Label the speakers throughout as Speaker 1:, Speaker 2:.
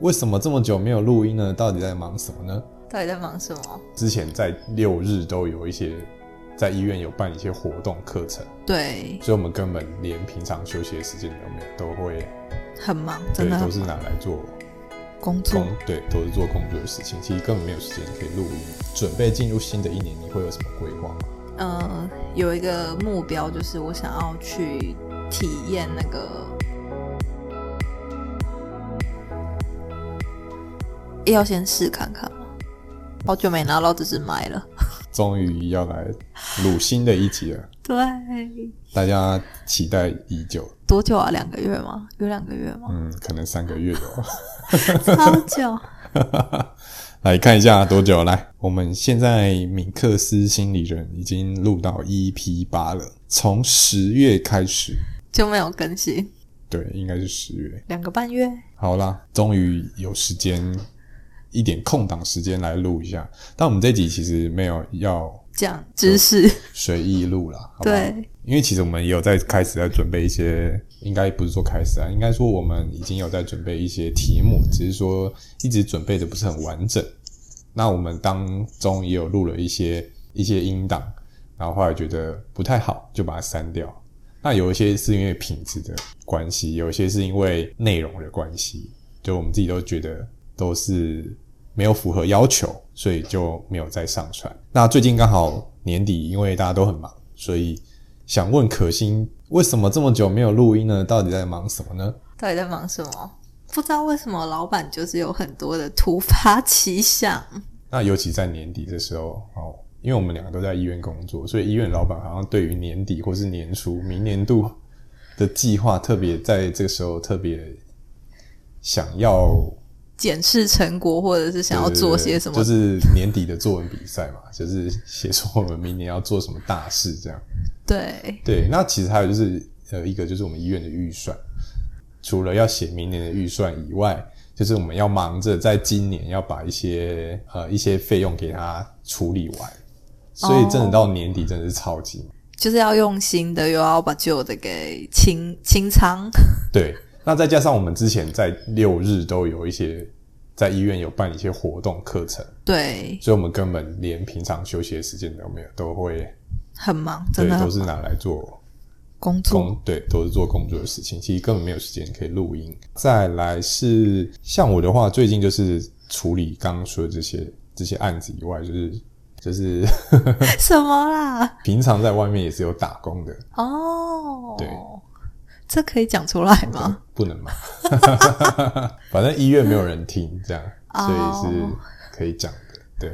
Speaker 1: 为什么这么久没有录音呢？到底在忙什么呢？
Speaker 2: 到底在忙什么？
Speaker 1: 之前在六日都有一些在医院有办一些活动课程，
Speaker 2: 对，
Speaker 1: 所以我们根本连平常休息的时间都没有，都会
Speaker 2: 很忙，真
Speaker 1: 对
Speaker 2: 的嗯
Speaker 1: 都
Speaker 2: 很
Speaker 1: 是拿来做
Speaker 2: 工作
Speaker 1: 工，对都是做工作的事情，其实根本没有时间可以录音。准备进入新的一年，你会有什么规划吗？
Speaker 2: 呃，有一个目标，就是我想要去体验那个。要先试看看吗？好久没拿到这支麦了。
Speaker 1: 终于要来录新的一集了，
Speaker 2: 对，
Speaker 1: 大家期待已久，
Speaker 2: 多久啊？两个月吗？有两个月吗？
Speaker 1: 嗯，可能三个月有。
Speaker 2: 超久。
Speaker 1: 来看一下多久？来，我们现在米克斯心理人已经录到 EP 八了，从十月开始，
Speaker 2: 就没有更新，
Speaker 1: 对，应该是十月。
Speaker 2: 两个半月。
Speaker 1: 好啦，终于有时间，一点空档时间来录一下。但我们这集其实没有要
Speaker 2: 讲知识，
Speaker 1: 随意录啦，好不好
Speaker 2: 对，
Speaker 1: 因为其实我们也有在开始在准备一些，应该不是说开始啊，应该说我们已经有在准备一些题目，只是说一直准备的不是很完整。那我们当中也有录了一些一些音档，然后后来觉得不太好，就把它删掉。那有一些是因为品质的关系，有一些是因为内容的关系，就我们自己都觉得都是没有符合要求，所以就没有再上传。那最近刚好年底，因为大家都很忙，所以想问可心，为什么这么久没有录音呢？到底在忙什么呢？
Speaker 2: 到底在忙什么？不知道为什么老板就是有很多的突发奇想，
Speaker 1: 那尤其在年底的时候哦，因为我们两个都在医院工作，所以医院老板好像对于年底或是年初、明年度的计划，特别在这个时候特别想要
Speaker 2: 检视成果，或者是想要
Speaker 1: 对对对
Speaker 2: 做些什么，
Speaker 1: 就是年底的作文比赛嘛， 就是写说我们明年要做什么大事这样。
Speaker 2: 对
Speaker 1: 对，那其实还有就是呃，一个就是我们医院的预算，除了要写明年的预算以外，就是我们要忙着在今年要把一些呃一些费用给它处理完，所以
Speaker 2: 哦
Speaker 1: 真的到年底真的是超级忙。
Speaker 2: 就是要用新的，又要把旧的给清清仓，
Speaker 1: 对，那再加上我们之前在六日都有一些在医院有办一些活动课程，
Speaker 2: 对，
Speaker 1: 所以我们根本连平常休息的时间都没有，都会
Speaker 2: 很忙，真
Speaker 1: 对
Speaker 2: 的
Speaker 1: 都
Speaker 2: 很
Speaker 1: 是拿来做
Speaker 2: 工作，
Speaker 1: 工对都是做工作的事情，其实根本没有时间可以录音。再来是像我的话，最近就是处理刚刚说的这些这些案子以外，就是就是
Speaker 2: 什么啦？
Speaker 1: 平常在外面也是有打工的，
Speaker 2: 哦，
Speaker 1: 对，
Speaker 2: 这可以讲出来吗？
Speaker 1: 不能嘛， 反正医院没有人听，这样
Speaker 2: 哦
Speaker 1: 所以是可以讲的。对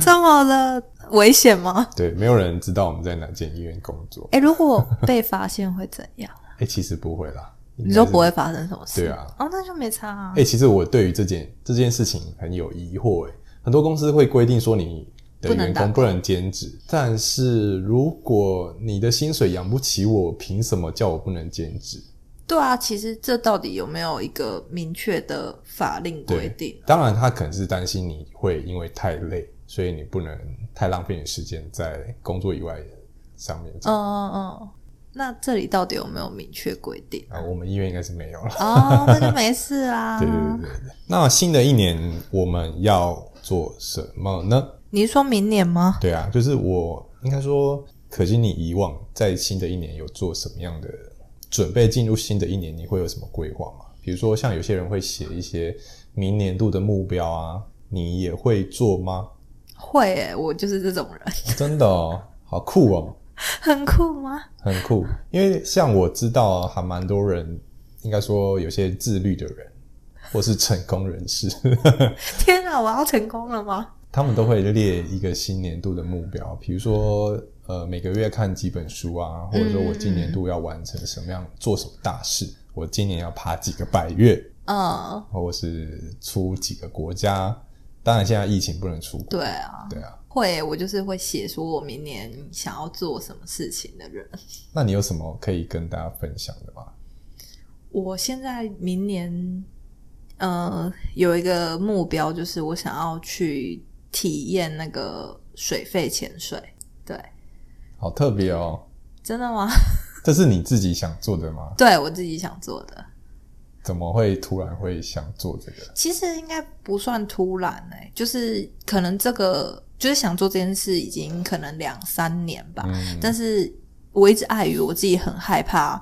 Speaker 2: 这么的危险吗？
Speaker 1: 对，没有人知道我们在哪间医院工作。
Speaker 2: 哎，如果被发现会怎样？
Speaker 1: 哎、其实不会啦，
Speaker 2: 你
Speaker 1: 应
Speaker 2: 说
Speaker 1: 该是
Speaker 2: 不会发生什么事？
Speaker 1: 对啊，
Speaker 2: 哦，那就没差啊。
Speaker 1: 哎、其实我对于这件这件事情很有疑惑、欸。很多公司会规定说你的
Speaker 2: 不能
Speaker 1: 员
Speaker 2: 打
Speaker 1: 工
Speaker 2: 工
Speaker 1: 不能兼职，但是如果你的薪水养不起我，凭什么叫我不能兼职？
Speaker 2: 对啊，其实这到底有没有一个明确的法令规定？
Speaker 1: 当然，他可能是担心你会因为太累，所以你不能太浪费你时间在工作以外的上面。
Speaker 2: 嗯嗯嗯，那这里到底有没有明确规定？
Speaker 1: 啊，我们医院应该是没有了。
Speaker 2: 哦， 那就没事啦。
Speaker 1: 对对对对对。那新的一年我们要做什么呢？
Speaker 2: 你是说明年吗？
Speaker 1: 对啊，就是我应该说，可惜你以往在新的一年有做什么样的准备？进入新的一年，你会有什么规划吗？比如说，像有些人会写一些明年度的目标啊，你也会做吗？
Speaker 2: 会诶、我就是这种人，
Speaker 1: 真的哦，好酷哦，
Speaker 2: 很酷吗？
Speaker 1: 很酷。因为像我知道，啊还蛮多人，应该说有些自律的人，或是成功人士，
Speaker 2: 天啊，我要成功了吗？
Speaker 1: 他们都会列一个新年度的目标，比如说呃每个月看几本书啊，或者
Speaker 2: 嗯
Speaker 1: 说我今年度要完成什么样、做什么大事，我今年要爬几个百越，
Speaker 2: 嗯，
Speaker 1: 或是出几个国家。当然现在疫情不能出国，
Speaker 2: 对啊，
Speaker 1: 对啊。
Speaker 2: 会欸、我就是会写说我明年想要做什么事情的人。
Speaker 1: 那你有什么可以跟大家分享的吗？
Speaker 2: 我现在明年，呃，有一个目标，就是我想要去体验那个水肺潜水。对，
Speaker 1: 好特别哦，
Speaker 2: 真的吗？
Speaker 1: 这是你自己想做的吗？
Speaker 2: 对我自己想做的，
Speaker 1: 怎么会突然会想做这个？
Speaker 2: 其实应该不算突然哎、就是可能这个就是想做这件事已经可能两三年吧，
Speaker 1: 嗯，
Speaker 2: 但是我一直碍于我自己很害怕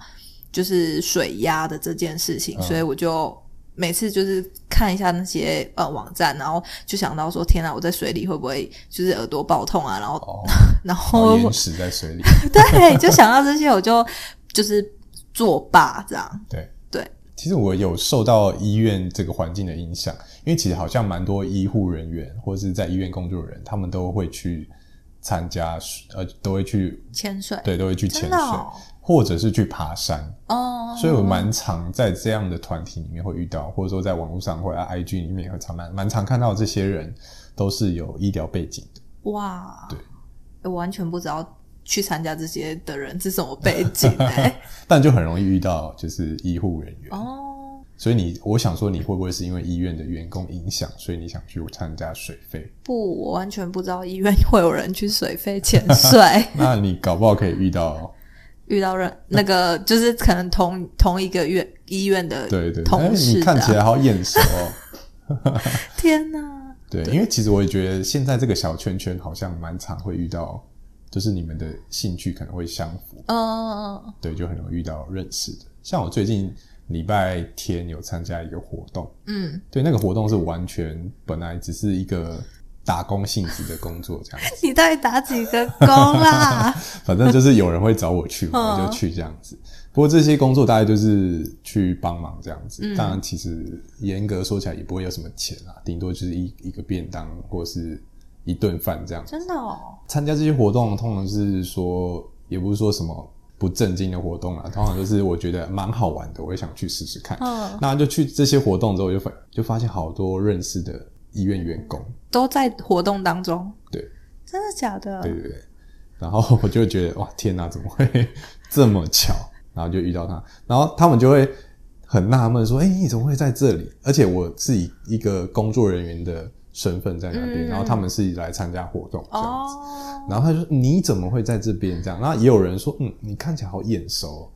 Speaker 2: 就是水压的这件事情，
Speaker 1: 嗯
Speaker 2: 所以我就每次就是看一下那些呃网站，然后就想到说天啊，我在水里会不会就是耳朵爆痛啊？然后
Speaker 1: 哦，
Speaker 2: 然
Speaker 1: 好
Speaker 2: 后
Speaker 1: 岩石在水里，
Speaker 2: 对，就想到这些，我就就是作罢这样。
Speaker 1: 对
Speaker 2: 对。
Speaker 1: 其实我有受到医院这个环境的影响，因为其实好像蛮多医护人员或是在医院工作的人，他们都会去参加，呃，都会去，
Speaker 2: 潜水，
Speaker 1: 对，都会去潜
Speaker 2: 真
Speaker 1: 水，
Speaker 2: 的哦，
Speaker 1: 或者是去爬山。
Speaker 2: 哦
Speaker 1: 所以我蛮常在这样的团体里面会遇到，或者说在网络上或者在 IG 里面也会常蛮蛮常看到这些人都是有医疗背景的。
Speaker 2: 哇，
Speaker 1: 对
Speaker 2: 我完全不知道去参加这些的人是什么背景哎、
Speaker 1: 但就很容易遇到就是医护人员。
Speaker 2: 哦，
Speaker 1: 所以你，我想说，你会不会是因为医院的员工影响，所以你想去参加水费？，
Speaker 2: 不，我完全不知道医院 会有人去水肺潜水
Speaker 1: 那你搞不好可以遇到，
Speaker 2: 遇到人那个就是可能同同一个院医院的
Speaker 1: 对对对，哎，
Speaker 2: 同
Speaker 1: 你
Speaker 2: 事的
Speaker 1: 看
Speaker 2: 啊、
Speaker 1: 起来好眼熟 哦。
Speaker 2: 天哪，
Speaker 1: 对，因为其实我也觉得现在这个小圈圈好像蛮常会遇到，就是你们的兴趣可能会相符，
Speaker 2: 嗯、呃，
Speaker 1: 对，就很容易遇到认识的。像我最近礼拜天有参加一个活动，
Speaker 2: 嗯，
Speaker 1: 对，那个活动是完全本来只是一个打工性质的工作这样子。
Speaker 2: 你到底打几个工啊啦？
Speaker 1: 反正就是有人会找我去嘛，
Speaker 2: 嗯
Speaker 1: 我就去这样子。不过这些工作大概就是去帮忙这样子，
Speaker 2: 嗯
Speaker 1: 当然其实严格说起来也不会有什么钱啦，顶多就是一一个便当或是一顿饭这样。
Speaker 2: 真的哦，
Speaker 1: 参加这些活动，通常是说也不是说什么不正经的活动啦，通常就是我觉得蛮好玩的，我也想去试试看。
Speaker 2: 嗯，
Speaker 1: 那就去这些活动之后，我就发就发现好多认识的医院员工，
Speaker 2: 都在活动当中，
Speaker 1: 对，
Speaker 2: 真的假的？
Speaker 1: 对对对。然后我就觉得哇，天哪，怎么会这么巧？然后就遇到他，然后他们就会很纳闷说：“哎、你怎么会在这里？”而且我是以一个工作人员的身份在那边，
Speaker 2: 嗯
Speaker 1: 然后他们是来参加活动这样子。
Speaker 2: 哦，
Speaker 1: 然后他就说：“你怎么会在这边？”这样，然后也有人说：“嗯，你看起来好眼熟。”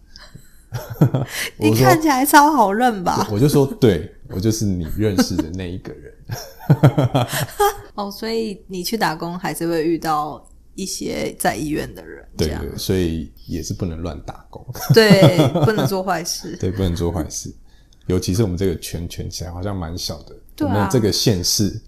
Speaker 2: 你
Speaker 1: 我说
Speaker 2: 看起来超好认吧？
Speaker 1: 我就说：“对，我就是你认识的那一个 人。”
Speaker 2: 哦，所以你去打工还是会遇到一些在医院的人，这
Speaker 1: 对
Speaker 2: 样
Speaker 1: 对，所以也是不能乱打工。
Speaker 2: 对，不能做坏事。
Speaker 1: 对，不能做坏事，尤其是我们这个圈圈起来好像蛮小的，
Speaker 2: 对啊
Speaker 1: 我们这个县市，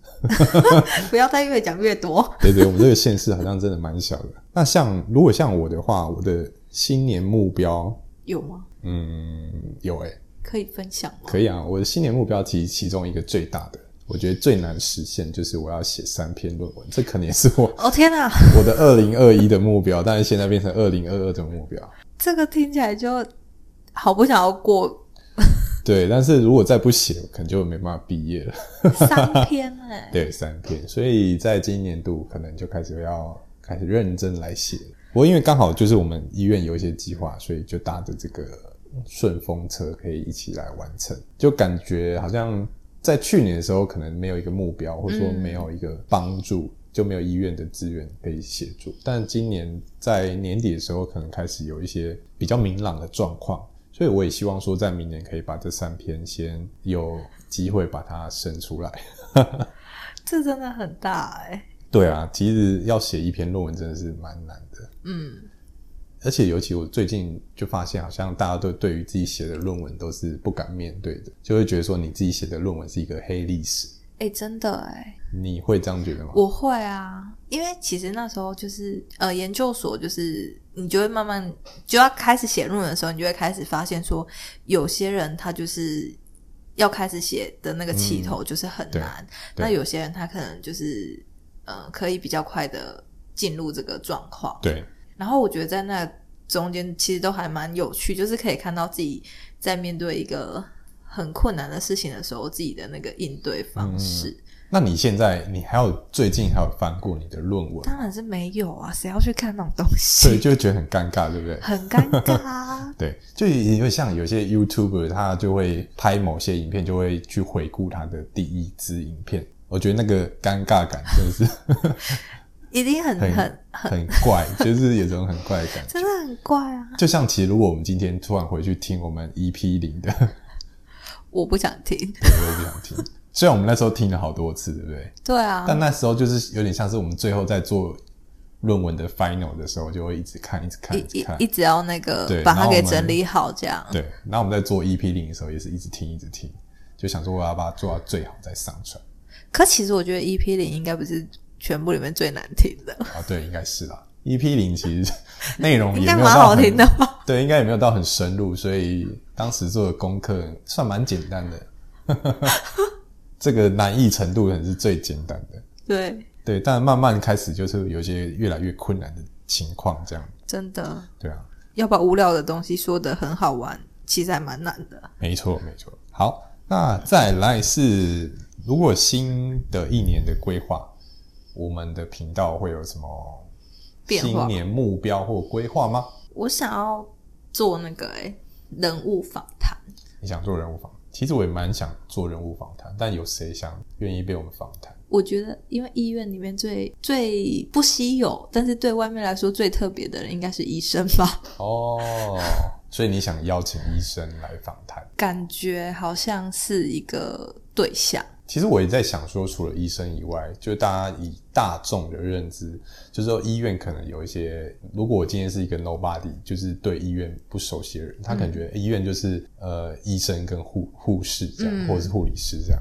Speaker 2: 不要再越讲越多。
Speaker 1: 对对，我们这个县市好像真的蛮小的。那像如果像我的话，我的新年目标，
Speaker 2: 有吗？
Speaker 1: 嗯，有诶、
Speaker 2: 可以分享吗？
Speaker 1: 可以啊。我的新年目标其实其中一个最大的，我觉得最难实现就是我要写三篇论文，这可能也是我
Speaker 2: 哦天哪，
Speaker 1: 我的二零二一的目标，但是现在变成二零二二的目标。
Speaker 2: 这个听起来就好不想要过
Speaker 1: 对，但是如果再不写，我可能就没办法毕业了。
Speaker 2: 三天哎、
Speaker 1: 对，三篇，所以在今年度可能就开始要开始认真来写。不过因为刚好就是我们医院有一些计划，所以就搭着这个顺风车可以一起来完成。就感觉好像在去年的时候，可能没有一个目标，或者说没有一个帮助，就没有医院的资源可以协助。但今年在年底的时候，可能开始有一些比较明朗的状况。所以我也希望说，在明年可以把这三篇先有机会把它生出来。
Speaker 2: 这真的很大哎、
Speaker 1: 对啊，其实要写一篇论文真的是蛮难的，
Speaker 2: 嗯，
Speaker 1: 而且尤其我最近就发现，好像大家都对于自己写的论文都是不敢面对的，就会觉得说你自己写的论文是一个黑历史。
Speaker 2: 哎、真的哎、
Speaker 1: 你会这样觉得吗？
Speaker 2: 我会啊，因为其实那时候就是呃，研究所就是你就会慢慢就要开始写论文的时候，你就会开始发现说，有些人他就是要开始写的那个起头就是很
Speaker 1: 对
Speaker 2: 难，
Speaker 1: 对
Speaker 2: 那有些人他可能就是呃，可以比较快的进入这个状况。
Speaker 1: 对
Speaker 2: 然后我觉得在那中间其实都还蛮有趣，就是可以看到自己在面对一个很困难的事情的时候，自己的那个应对
Speaker 1: 嗯
Speaker 2: 方式。
Speaker 1: 那你现在你还有最近还有翻过你的论文，
Speaker 2: 当然是没有啊，谁要去看那种东
Speaker 1: 所以
Speaker 2: 西？
Speaker 1: 就会觉得很尴尬，对不对？。
Speaker 2: 很尴尬啊
Speaker 1: 对，就因为像有些 YouTuber 他就会拍某些影片，就会去回顾他的第一支影片，我觉得那个尴尬感真的是
Speaker 2: 一定很
Speaker 1: 很
Speaker 2: 很
Speaker 1: 很怪， 就是有种很怪的感觉。
Speaker 2: 真的很怪啊！
Speaker 1: E 就像其实如果我们今天突然回去听我们 EP 零的
Speaker 2: 我不想听。
Speaker 1: 对，我也不想听。虽然我们那时候听了好多次，对不对？
Speaker 2: 对啊，
Speaker 1: 但那时候就是有点像是我们最后在做论文的 final 的时候，就会一直看，一直看，
Speaker 2: 一
Speaker 1: 一直
Speaker 2: 一
Speaker 1: 看
Speaker 2: 一。直要那个
Speaker 1: 对
Speaker 2: 把它
Speaker 1: 然后
Speaker 2: 给
Speaker 1: 我们
Speaker 2: 整理好，这样。
Speaker 1: 对，那我们在做 EP 零的时候，也是一直听，一直听，就想说我要把它做到最好再上传。
Speaker 2: 可其实我觉得 EP 零应该不是全部里面最难听的，
Speaker 1: 啊，对，应该是啦。EP 零其实 内容
Speaker 2: 应
Speaker 1: 也
Speaker 2: 该
Speaker 1: 没有
Speaker 2: 蛮
Speaker 1: 到
Speaker 2: 好
Speaker 1: 很
Speaker 2: 听的吧？
Speaker 1: 对，应该也没有到很深入，所以当时做的功课算蛮简单的。 这个难易程度可能是最简单的，
Speaker 2: 对，
Speaker 1: 对，但慢慢开始就是有一些越来越困难的情况，这样，
Speaker 2: 真的
Speaker 1: 对啊，
Speaker 2: 要把无聊的东西说的很好玩，其实还蛮难的。
Speaker 1: 没错，没错。好，那再来是，如果新的一年的规划，我们的频道会有什么
Speaker 2: 变
Speaker 1: 新
Speaker 2: 化
Speaker 1: 年目标或规划吗？
Speaker 2: 我想要做那个哎、人物访谈，
Speaker 1: 你想做人物访，其实我也蛮想做人物访谈，但有谁想愿意被我们访谈？
Speaker 2: 我觉得因为医院里面最最不稀有，但是对外面来说最特别的人应该是医生吧？
Speaker 1: 哦，所以你想邀请医生来访谈？
Speaker 2: 感觉好像是一个对象。
Speaker 1: 其实我也在想说，除了医生以外，就大家以大众的认知，就是说医院可能有一些，如果我今天是一个 nobody，就是对医院不熟悉的人，他可能觉得医院就是呃医生跟护护士这样，
Speaker 2: 嗯
Speaker 1: 或者是护理师这样，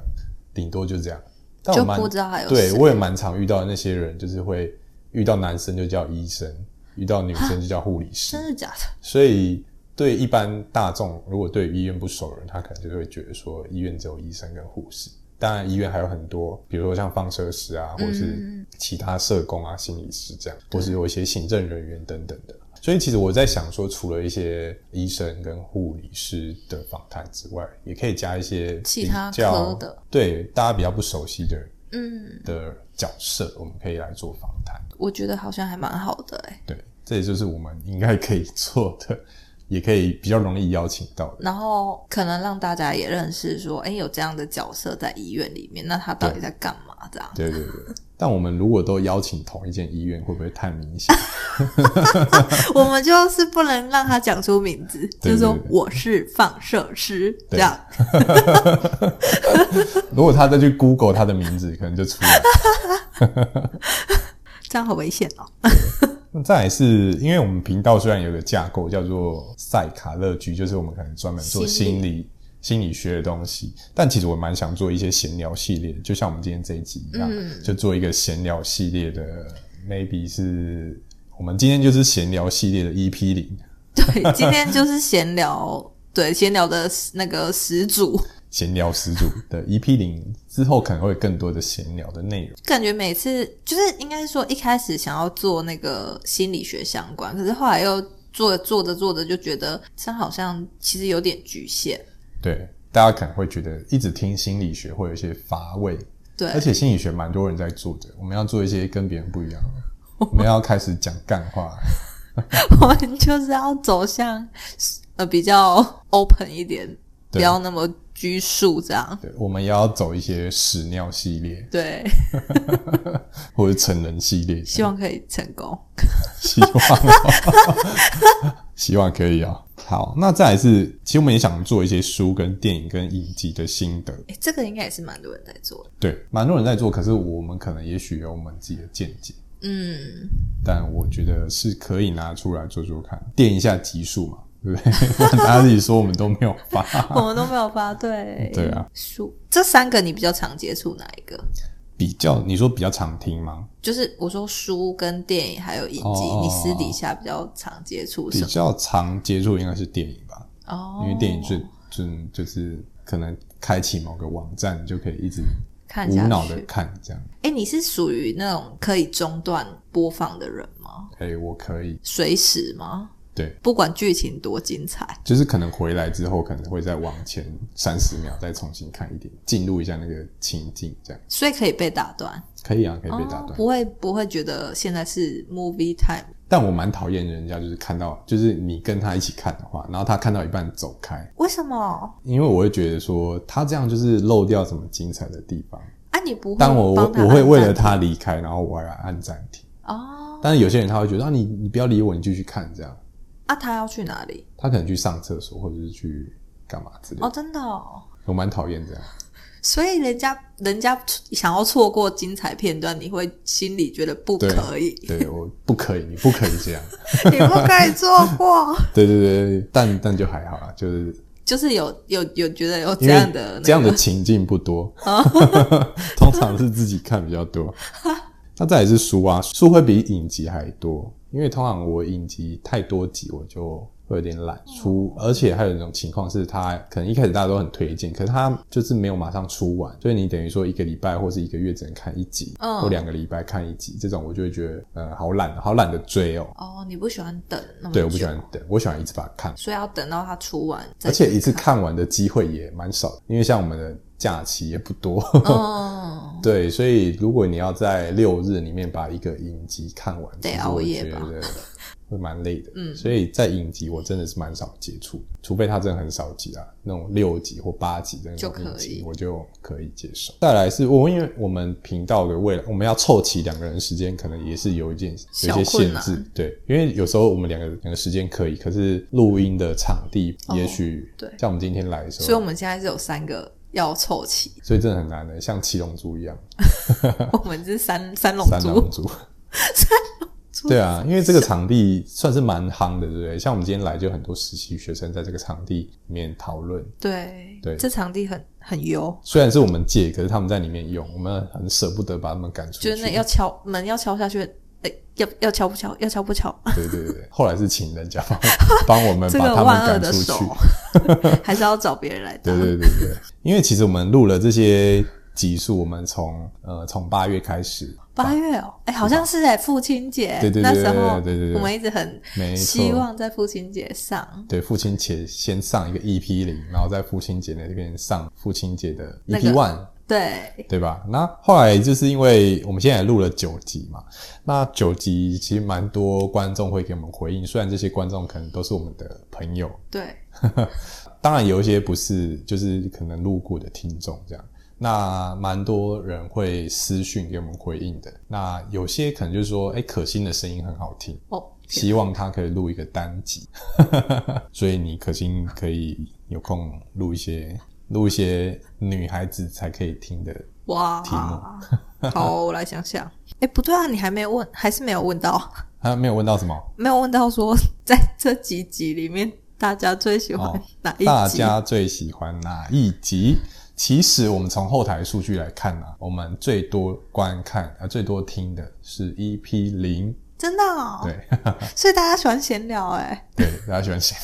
Speaker 1: 顶多就这样。但我
Speaker 2: 就
Speaker 1: 蛮
Speaker 2: 不知道还有
Speaker 1: 对
Speaker 2: 谁
Speaker 1: 我也蛮常遇到那些人，就是会遇到男生就叫医生，遇到女生就叫护理师
Speaker 2: 真，的假的？
Speaker 1: 所以对一般大众，如果对医院不熟的人，他可能就会觉得说医院只有医生跟护士。当然，医院还有很多，比如说像放射师啊，或者
Speaker 2: 嗯
Speaker 1: 是其他社工啊、心理师这样，或是有一些行政人员等等的。所以，其实我在想说，除了一些医生跟护理师的访谈之外，也可以加一些
Speaker 2: 其他
Speaker 1: 比较
Speaker 2: 科的，
Speaker 1: 对大家比较不熟悉的人
Speaker 2: 嗯，
Speaker 1: 的角色，我们可以来做访谈。
Speaker 2: 我觉得好像还蛮好的哎、
Speaker 1: 对，这也就是我们应该可以做的，也可以比较容易邀请到的。
Speaker 2: 然后可能让大家也认识说，哎，有这样的角色在医院里面，那他到底在干嘛？这样
Speaker 1: 对对对，但我们如果都邀请同一间医院，会不会太明 显？
Speaker 2: 我们就是不能让他讲出名字，就
Speaker 1: 对
Speaker 2: 是说
Speaker 1: 对对
Speaker 2: 我是放射师这
Speaker 1: 对
Speaker 2: 样。
Speaker 1: 如果他再去 Google 他的名字，可能就出来了。
Speaker 2: 这样好危险哦。
Speaker 1: 那再来是因为我们频道虽然有个架构叫做赛卡乐居，就是我们可能专门做
Speaker 2: 心
Speaker 1: 心理心理学的东西，但其实我蛮想做一些闲聊系列的，就像我们今天这一集一样，
Speaker 2: 嗯
Speaker 1: 就做一个闲聊系列的，maybe 是我们今天就是闲聊系列的 E EP 零。
Speaker 2: 对，今天就是闲聊，对，闲聊的那个始祖，
Speaker 1: 闲聊始祖的 EP 零之后，可能会有更多的闲聊的内容。
Speaker 2: 感觉每次就是应该是说一开始想要做那个心理学相关，可是后来又做做着做着就觉得这样好像其实有点局限，
Speaker 1: 对，大家可能会觉得一直听心理学会有一些乏味，
Speaker 2: 对
Speaker 1: 而，且心理学蛮多人在做的，我们要做一些跟别人不一样的，我们要开始讲干话。
Speaker 2: 我们就是要走向呃比较 open 一点，不
Speaker 1: 对
Speaker 2: 要那么拘束这样，
Speaker 1: 对，我们也要走一些屎尿系列
Speaker 2: 对，
Speaker 1: 或者成人系列，
Speaker 2: 希望可以成功。
Speaker 1: 希望、 希望可以啊、好，那再来是，其实我们也想做一些书、跟电影、跟影集的心得。
Speaker 2: 诶这个应该也是蛮多人在做的，
Speaker 1: 对，蛮多人在做，可是我们可能也许有我们自己的见解。
Speaker 2: 嗯，
Speaker 1: 但我觉得是可以拿出来做做看，垫一下级数嘛，对不对？不然大家自己说我们都没有发。
Speaker 2: 我们都没有发对，
Speaker 1: 啊对啊，
Speaker 2: 书这三个你比较常接触哪一个？
Speaker 1: 比较你说比较常听吗？
Speaker 2: 就是我说书跟电影还有影集，
Speaker 1: 哦
Speaker 2: 你私底下比较常接触
Speaker 1: 比
Speaker 2: 什么？
Speaker 1: 较常接触应该是电影吧，
Speaker 2: 哦，
Speaker 1: 因为电影最就就是可能开启某个网站就可以一直
Speaker 2: 看
Speaker 1: 无
Speaker 2: 下
Speaker 1: 脑的
Speaker 2: 去。
Speaker 1: 看这样。
Speaker 2: 哎，你是属于那种可以中断播放的人吗？
Speaker 1: 哎、我可以，
Speaker 2: 随时吗？
Speaker 1: 对，
Speaker 2: 不管剧情多精彩，
Speaker 1: 就是可能回来之后可能会再往前三十秒再重新看一点，进入一下那个情境这样。
Speaker 2: 所以可以被打断，
Speaker 1: 可以啊，可以被打断。
Speaker 2: 哦、不会不会觉得现在是 movie time
Speaker 1: 但我蛮讨厌人家就是看到，就是你跟他一起看的话，然后他看到一半走开，
Speaker 2: 为什么？
Speaker 1: 因为我会觉得说他这样就是漏掉什么精彩的地方。
Speaker 2: 啊，你不会
Speaker 1: 但我我
Speaker 2: 帮他
Speaker 1: 我会为了
Speaker 2: 按
Speaker 1: 他离开，然后我还要按暂停。
Speaker 2: 赞哦
Speaker 1: 但是有些人他会觉得啊，你你不要理我，你继续看这样。
Speaker 2: 啊，他要去哪里？
Speaker 1: 他可能去上厕所或者是去干嘛之类的。
Speaker 2: 哦，真的哦，
Speaker 1: 我蛮讨厌这样。
Speaker 2: 所以人家人家想要错过精彩片段，你会心里觉得不
Speaker 1: 对
Speaker 2: 可以，
Speaker 1: 对，我不可以，你不可以这样。
Speaker 2: 你不可以错过。
Speaker 1: 对对对，对但 但就还好啦，就是
Speaker 2: 就是有有有觉得有这
Speaker 1: 因为
Speaker 2: 样的、那个哦
Speaker 1: 这样的情境不多， 通常是自己看比较多。那再来是书啊，书会比影集还多，因为通常我影集太多集，我就会有点
Speaker 2: 哦
Speaker 1: 懒书，而且还有一种情况是，它可能一开始大家都很推荐，可是它就是没有马上出完，所以你等于说一个礼拜或是一个月只能看一集，
Speaker 2: 嗯
Speaker 1: 或两个礼拜看一集，这种我就会觉得，呃，好懒，好懒得追哦。
Speaker 2: 哦，你不喜欢等那么久，
Speaker 1: 对，我不喜欢等，我喜欢一次把它看完
Speaker 2: 所以要等到它出完再
Speaker 1: 而且一次看完的机会也蛮少的，因为像我们的假期也不多。
Speaker 2: 哦，
Speaker 1: 对，所以如果你要在六日里面把一个影集看完，
Speaker 2: 得
Speaker 1: 其实
Speaker 2: 熬
Speaker 1: 我
Speaker 2: 夜
Speaker 1: 觉
Speaker 2: 吧
Speaker 1: 得会蛮累的。
Speaker 2: 嗯
Speaker 1: 所以在影集我真的是蛮少接触，除非它真的很少集啊，那种六集或八集的那种
Speaker 2: 就可
Speaker 1: 影集
Speaker 2: 以，
Speaker 1: 我就可以接受。再来是我因为我们频道的未来，我们要凑齐两个人时间，可能也是有一件有一些
Speaker 2: 小困
Speaker 1: 限
Speaker 2: 难
Speaker 1: 制。对，因为有时候我们两个两个时间可以，可是录音的场地也
Speaker 2: 哦
Speaker 1: 许、
Speaker 2: 对
Speaker 1: 像我们今天来的时候，
Speaker 2: 所以我们现在是有三个要凑齐，
Speaker 1: 所以真的很难的，像七龙珠一样。
Speaker 2: 我们是三三龙
Speaker 1: 三
Speaker 2: 珠
Speaker 1: 龙，珠， 对啊，因为这个场地算是蛮夯的，对不对？像我们今天来就很多实习学生在这个场地里面讨论，
Speaker 2: 对
Speaker 1: 对
Speaker 2: 这场地很很优，
Speaker 1: 虽然是我们借，可是他们在里面用，我们很舍不得把他们赶出去。
Speaker 2: 就是那要敲门要敲下去，哎、要要敲不敲，要敲不敲，
Speaker 1: 对对对对，后来是请人家帮 帮我们
Speaker 2: 这
Speaker 1: 把
Speaker 2: 个
Speaker 1: 他
Speaker 2: 万
Speaker 1: 们
Speaker 2: 恶
Speaker 1: 赶
Speaker 2: 的
Speaker 1: 出
Speaker 2: 手
Speaker 1: 去。
Speaker 2: 还是要找别人来打
Speaker 1: 对，对对对，因为其实我们录了这些集数，我们从呃从八月开始，
Speaker 2: 八月哦，哎、好像是哎、父亲节，
Speaker 1: 对对对
Speaker 2: 那时候
Speaker 1: 对对对对
Speaker 2: 我们一直很
Speaker 1: 没错
Speaker 2: 希望在父亲节上。
Speaker 1: 对，父亲节先上一个 EP 零，然后在父亲节那边上父亲节的
Speaker 2: 那个
Speaker 1: EP one、
Speaker 2: 对，
Speaker 1: 对吧？那后来就是因为我们现在也录了九集嘛，那九集其实蛮多观众会给我们回应，虽然这些观众可能都是我们的朋友，
Speaker 2: 对，
Speaker 1: 当然有一些不是，就是可能路过的听众这样。那蛮多人会私讯给我们回应的，那有些可能就是说，哎、可心的声音很好听，
Speaker 2: 哦，
Speaker 1: 希望他可以录一个单集， 所以你可心可以有空录一些录一些女孩子才可以听的
Speaker 2: 哇
Speaker 1: 题，
Speaker 2: 好，我来想想。哎、不对啊，你还没问，还是没有问到，
Speaker 1: 啊，没有问到什么？
Speaker 2: 没有问到说在这几集里面，大家最喜欢
Speaker 1: 哦
Speaker 2: 哪一集？
Speaker 1: 大家最喜欢哪一集？其实我们从后台数据来看呢、啊，我们最多观看啊，最多听的是 EP 零、
Speaker 2: 真的、哦，
Speaker 1: 对
Speaker 2: 所以大家喜欢闲聊、哎，
Speaker 1: 对，大家喜欢先。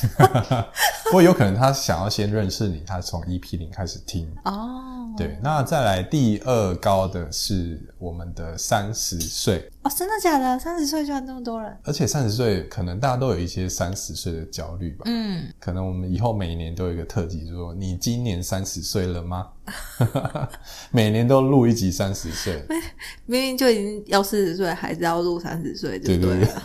Speaker 1: 不过有可能他想要先认识你，他从 EP 零开始听。
Speaker 2: 哦，，
Speaker 1: 对，那再来第二高的是我们的三十岁，
Speaker 2: 哦，真的假的？三十岁居然这么多人，
Speaker 1: 而且三十岁可能大家都有一些三十岁的焦虑吧。
Speaker 2: 嗯，
Speaker 1: 可能我们以后每一年都有一个特辑，就说你今年三十岁了吗？ 每年都录一集三十岁，
Speaker 2: 明明就已经要四十岁，还是要录三十岁，
Speaker 1: 对
Speaker 2: 对
Speaker 1: 对
Speaker 2: 了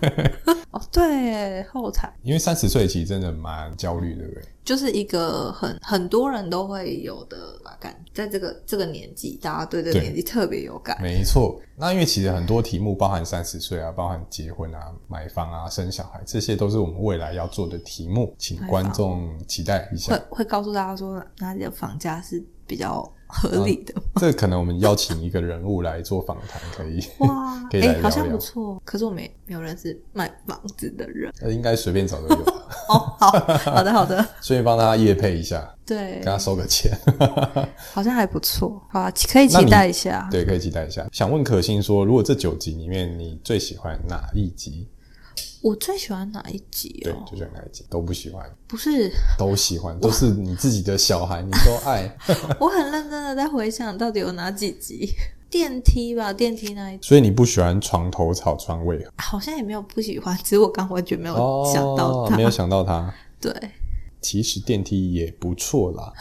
Speaker 1: 对，
Speaker 2: 哦，对，后台
Speaker 1: 因为三十岁其实真的蛮焦虑的，对不对？
Speaker 2: 就是一个很很多人都会有的吧感，在这个这个年纪，大家对这
Speaker 1: 对
Speaker 2: 个年纪特别有感，
Speaker 1: 没错，那因为其实很多题目包含三十岁啊，包含结婚啊、买房啊、生小孩，这些都是我们未来要做的题目，请
Speaker 2: 买房
Speaker 1: 观众期待一
Speaker 2: 会
Speaker 1: 下。
Speaker 2: 会告诉大家说哪里的房价是比较合理的。
Speaker 1: 这可能我们邀请一个人物来做访谈，可以，
Speaker 2: 哇，
Speaker 1: 嗯可以
Speaker 2: 哎、
Speaker 1: 来聊
Speaker 2: 好像
Speaker 1: 聊
Speaker 2: 不错。可是我没没有认识卖房子的人。
Speaker 1: 呃应该随便找都有啊，
Speaker 2: 哦，好好的好的，
Speaker 1: 顺便帮他业配一下，
Speaker 2: 对
Speaker 1: 跟，他收个钱。
Speaker 2: 好像还不错。好啊，可以
Speaker 1: 那
Speaker 2: 期
Speaker 1: 你
Speaker 2: 待一下。
Speaker 1: 对，可以期待一下。想问可心说，如果这九集里面你最喜欢哪一集？
Speaker 2: 我最喜欢哪一集
Speaker 1: 对，
Speaker 2: 哦？
Speaker 1: 就喜欢哪一集？都不喜欢，
Speaker 2: 不是，
Speaker 1: 都喜欢，都是你自己的小孩，你都爱。
Speaker 2: 我很认真的在回想到底有哪几集。 电梯吧，电梯那一集
Speaker 1: 所以你不喜欢床头草床尾
Speaker 2: 好像也没有不喜欢，只是我刚完全没有
Speaker 1: 和哦，
Speaker 2: 想到它。
Speaker 1: 没有想到他。
Speaker 2: 对，
Speaker 1: 其实电梯也不错啦，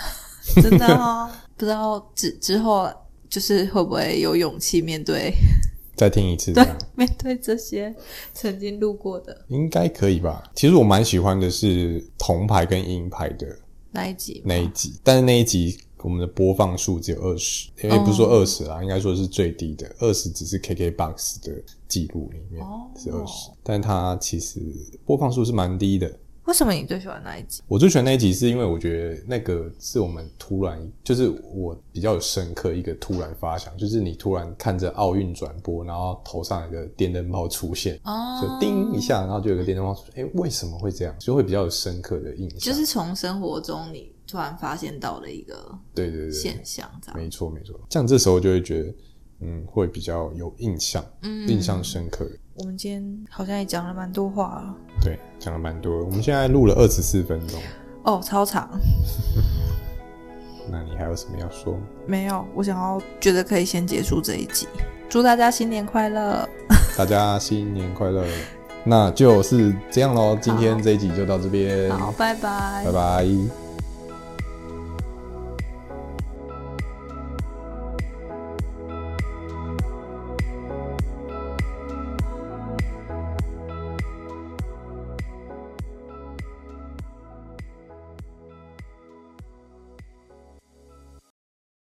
Speaker 2: 真的哦， 不知道之之后就是会不会有勇气面对
Speaker 1: 再听一次这
Speaker 2: 对
Speaker 1: 样，
Speaker 2: 面对这些曾经路过的
Speaker 1: 应该可以吧？其实我蛮喜欢的是铜牌跟银牌的
Speaker 2: 那一集吗
Speaker 1: 那一集，但是那一集我们的播放数只有二十，因为不是说
Speaker 2: 哦
Speaker 1: 二十啦，应该说是最低的，二十只是 KKBOX 的记录里面
Speaker 2: 哦
Speaker 1: 是二十，但它其实播放数是蛮低的。
Speaker 2: 为什么你最喜欢哪一集？
Speaker 1: 我最喜欢那一集是因为我觉得那个是我们突然，就是我比较有深刻一个突然发想，就是你突然看着奥运转播，然后头上有个电灯泡出现，
Speaker 2: 哦，
Speaker 1: 就叮一下，然后就有个电灯泡出现，哎、为什么会这样？就会比较有深刻的印象。
Speaker 2: 就是从生活中你突然发现到了一个
Speaker 1: 对对对，
Speaker 2: 现象，这样。
Speaker 1: 没错没错，这样这时候就会觉得，嗯，会比较有印象，
Speaker 2: 嗯，
Speaker 1: 印象深刻。
Speaker 2: 我们今天好像也讲了蛮多话了，
Speaker 1: 对，讲了蛮多的，我们现在录了二十四分钟，
Speaker 2: 哦，超长。
Speaker 1: 那你还有什么要说吗？
Speaker 2: 没有，我想要觉得可以先结束这一集。祝大家新年快乐！
Speaker 1: 大家新年快乐！那就是这样喽，今天这一集就到这边，
Speaker 2: 好，拜拜
Speaker 1: 拜拜